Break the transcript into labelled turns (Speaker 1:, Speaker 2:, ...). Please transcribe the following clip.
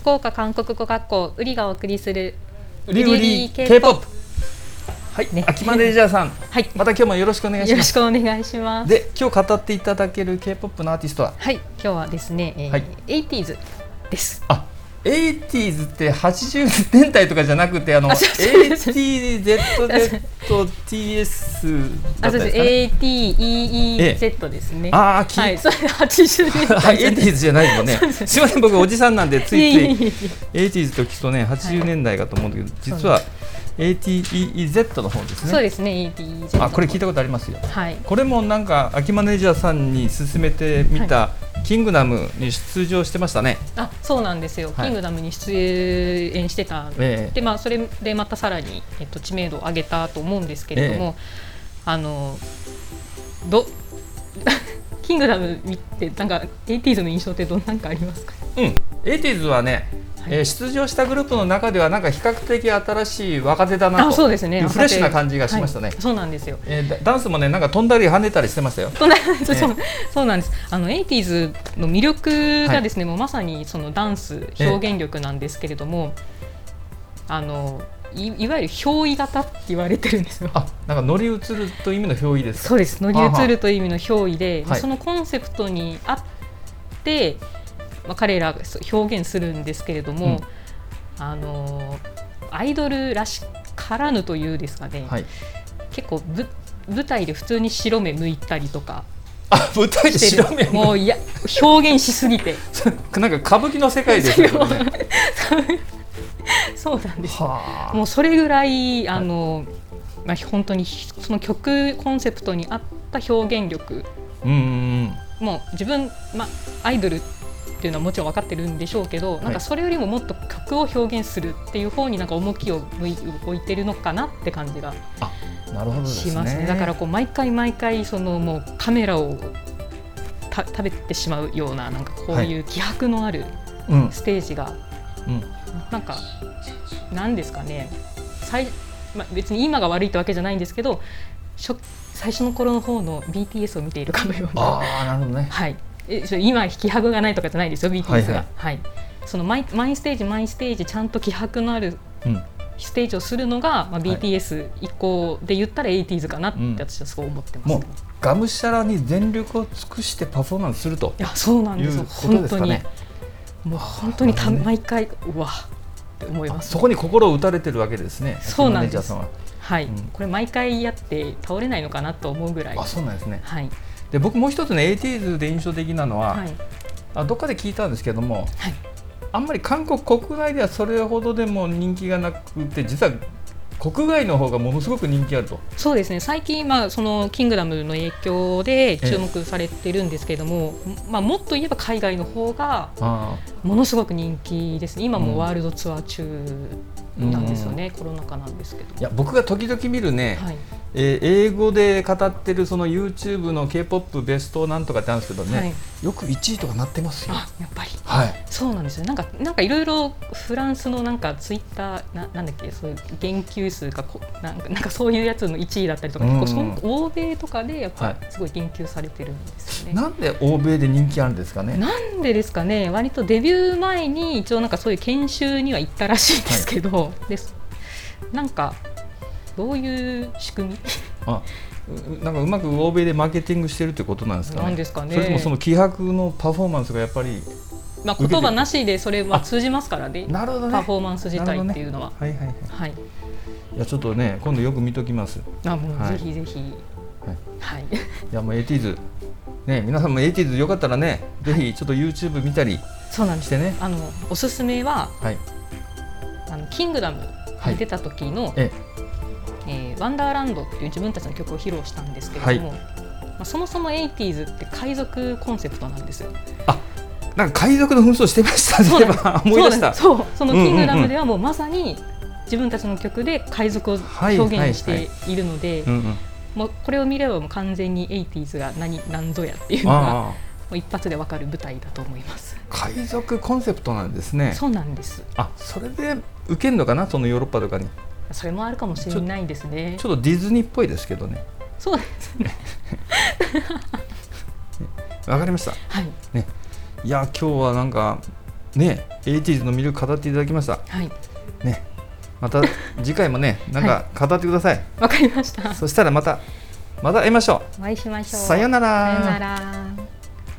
Speaker 1: 福岡韓国語学校ウリがお送りする
Speaker 2: ウリウリ K-POP はい、秋マネージャー さん、
Speaker 1: はい
Speaker 2: また今日もよろしくお願いし
Speaker 1: よろ
Speaker 2: ま
Speaker 1: し
Speaker 2: す
Speaker 1: くお願いします
Speaker 2: で今日語っていただける K-POP のアーティストは
Speaker 1: はい今日はですね、えー
Speaker 2: はい
Speaker 1: 80s です
Speaker 2: あ 80s って80年代とかじゃなくてあの
Speaker 1: あそうそう
Speaker 2: 80ZZTS だ
Speaker 1: あ
Speaker 2: った
Speaker 1: そ
Speaker 2: ん
Speaker 1: うで
Speaker 2: です
Speaker 1: す
Speaker 2: かね
Speaker 1: ATEEZ ですね、
Speaker 2: あー聞い
Speaker 1: はいそれ80年代
Speaker 2: はい、
Speaker 1: じゃない
Speaker 2: 80s じゃないのね。すみません、僕おじさんなんでつ
Speaker 1: いえいえ
Speaker 2: いつ
Speaker 1: い
Speaker 2: い
Speaker 1: え
Speaker 2: 80s と聞くとね、80年代かと思うんだけど、実は ATEZ の方です
Speaker 1: そう
Speaker 2: ね。
Speaker 1: ですね ATEZ
Speaker 2: あ、これ聞いたことありますよ。
Speaker 1: はい
Speaker 2: これもなんか秋マネージャーさんに勧めてみた、キングダムに出場してましたね。
Speaker 1: あそうなんですよ、
Speaker 2: はい
Speaker 1: キングダムに出演してたんで、
Speaker 2: ええ
Speaker 1: まあ、それでまたさらに、えっと、知名度を上げたと思うんですけれども、あのど キングダム見てなんか 80s の印象ってどんなんかありますか
Speaker 2: うん、80s はね、
Speaker 1: はい
Speaker 2: えー出場したグループの中ではなんか比較的新しい若手だ なと。
Speaker 1: あそうですね
Speaker 2: いうフレッシュな感じがしましたね。
Speaker 1: はいそうなんですよ
Speaker 2: えーダダンスもね、なんか飛んだり跳ねたりしてましたよ。
Speaker 1: そん なそうそうなんですあの 80s の魅力がですね、もうまさにそのダンス
Speaker 2: ええ
Speaker 1: 表現力なんですけれども、あのいいわゆる憑依型って言われてるんですよ
Speaker 2: あ、なんか乗り移るという意味の表意ですか。
Speaker 1: そうです乗り移るという意味の憑依で、
Speaker 2: は
Speaker 1: まあ
Speaker 2: い
Speaker 1: そのコンセプトに合って、まあ、彼らがそう表現するんですけれども、あのアイドルらしからぬというですかね、
Speaker 2: はい。
Speaker 1: 結構ぶ舞台で普通に白目向いたりとか
Speaker 2: あ、舞台で
Speaker 1: してる
Speaker 2: 白目
Speaker 1: も
Speaker 2: も
Speaker 1: ういや表現しすぎ て
Speaker 2: なんか歌舞伎の世界ですよね。
Speaker 1: そうなんです
Speaker 2: はあ。
Speaker 1: もうそれぐらいあの、まあ、本当にその曲コンセプトに合った表現力
Speaker 2: うんうんうん。
Speaker 1: もう自分、まあ、アイドルっていうのはもちろん分かってるんでしょうけど、
Speaker 2: い
Speaker 1: なんかそれよりももっと曲を表現するっていう方になんか重きを向い置いてるのかなって感じが
Speaker 2: なるほどです
Speaker 1: し
Speaker 2: ね。
Speaker 1: ますねだからこう毎回毎回そのもうカメラをた食べてしまうようななんかこういう気迫のある
Speaker 2: うん
Speaker 1: ステージが、
Speaker 2: うん。
Speaker 1: なんかなんですかね最、まあ、別に今が悪いってわけじゃないんですけど初最初の頃の方の BTS を見ているかのような
Speaker 2: ああ、なるほどね。
Speaker 1: はい、えそれ今気迫がないとかじゃないですよ BTS が、
Speaker 2: は
Speaker 1: はいい
Speaker 2: はい
Speaker 1: その毎毎ステージ毎ステージちゃんと気迫のある
Speaker 2: うん。
Speaker 1: ステージをするのが、まあ、BTS 以降で言ったら 80s かなって
Speaker 2: うん
Speaker 1: 私はすごい思ってます、
Speaker 2: もう
Speaker 1: い
Speaker 2: がむしゃらに全力を尽くしてパフォーマンスすると。
Speaker 1: やそうなんですよ
Speaker 2: いう
Speaker 1: 本
Speaker 2: ことです
Speaker 1: 当
Speaker 2: か
Speaker 1: に、
Speaker 2: ね
Speaker 1: もう本当に
Speaker 2: なる
Speaker 1: た、
Speaker 2: ほどね
Speaker 1: 毎回うわって思いま
Speaker 2: あ
Speaker 1: す
Speaker 2: そこに心を打たれてるわけですね。
Speaker 1: そうなんです
Speaker 2: マネージャーさんは
Speaker 1: はい、
Speaker 2: うん
Speaker 1: これ毎回やって倒れないのかなと思うぐらい
Speaker 2: あ、そうなんですね。
Speaker 1: はい
Speaker 2: で、僕もう一つね、80s で印象的なのは、
Speaker 1: はい
Speaker 2: あどっかで聞いたんですけども、
Speaker 1: はい
Speaker 2: あんまり韓国国内ではそれほどでも人気がなくて、実は国外の方がものすごく人気あると。
Speaker 1: そうですね最近、まあ、そのキングダムの影響で注目されてるんですけれども、まあ、もっと言えば海外の方が
Speaker 2: あ
Speaker 1: ものすごく人気ですね今
Speaker 2: う
Speaker 1: も
Speaker 2: ん
Speaker 1: ワールドツアー中なんですよね、コロナ禍なんですけど
Speaker 2: あ。い。や、僕が時々見るね、
Speaker 1: はい、
Speaker 2: えー英語で語ってるその YouTube の K-POP ベストなんとかってあるんですけどね、
Speaker 1: はい
Speaker 2: よく1位とかなってますよ。
Speaker 1: あやっぱり
Speaker 2: はい。
Speaker 1: そうなんですよなんかなんかいろいろフランスのなんかツイッターななんだっけそういう言及数がこなんかなんかそういうやつの1位だったりとか、
Speaker 2: うんうん
Speaker 1: 結構その欧米とかでやっ
Speaker 2: は
Speaker 1: ぱ
Speaker 2: い
Speaker 1: すごい言及されてるんですよね。
Speaker 2: なんで欧米で人気あるんですかね。
Speaker 1: なんでですかね、割とデビュー前に一応なんかそういう研修には行ったらしいんですけど、ですなんかどういう仕組み
Speaker 2: あ、うなんかうまく欧米でマーケティングしてるってことなんですかね。
Speaker 1: なんですかね
Speaker 2: それともその気迫のパフォーマンスがやっぱり。
Speaker 1: まあ、
Speaker 2: 受けてる
Speaker 1: 言葉なしでそれは
Speaker 2: あ
Speaker 1: 通じますからね
Speaker 2: なるほどね
Speaker 1: パフォーマンス自体っていうのは、
Speaker 2: はいはいはい。
Speaker 1: はい
Speaker 2: いやちょっとね今度よく見ときます。い
Speaker 1: あも
Speaker 2: は
Speaker 1: う
Speaker 2: い
Speaker 1: ぜひぜひはい、
Speaker 2: やもう 80s ね皆さんも 80s よかったらねぜひちょっと YouTube 見たり
Speaker 1: そうなんで
Speaker 2: し
Speaker 1: す
Speaker 2: てね。
Speaker 1: あのおすすめは
Speaker 2: はい。
Speaker 1: あのキングダムに出た時の、
Speaker 2: え
Speaker 1: えーワンダーランドっていう自分たちの曲を披露したんですけれども、まあ、そもそも 80s って海賊コンセプトなんですよ
Speaker 2: え、なんか海賊の紛争してましたね。
Speaker 1: そうなんで
Speaker 2: 思い出した。
Speaker 1: そうなんですそうその
Speaker 2: うんうん
Speaker 1: キ
Speaker 2: うん
Speaker 1: ングダムではもうまさに自分たちの曲で海賊を
Speaker 2: はい
Speaker 1: 表現しているので、
Speaker 2: うんうん。
Speaker 1: もうこれを見ればもう完全に 80s が何何ぞやっていうのがも
Speaker 2: ああ。
Speaker 1: う一発でわかる舞台だと思います。
Speaker 2: 海賊コンセプトなんですね。
Speaker 1: そうなんです。
Speaker 2: あ、それで受けるのかな、そのヨーロッパとかに。
Speaker 1: それもあるかもしれないですね
Speaker 2: ち。ょっとディズニーっぽいですけどね。
Speaker 1: そうですね。
Speaker 2: わかりました。
Speaker 1: はい。
Speaker 2: ね。いや、今日はなんかね、エイティーズの魅力語っていただきました。
Speaker 1: はい
Speaker 2: ね、また次回もね、なんか語ってください。
Speaker 1: わかりました
Speaker 2: そしたらまた、また会いましょ
Speaker 1: お会いしま
Speaker 2: う。
Speaker 1: しょう
Speaker 2: さよな
Speaker 1: さよなら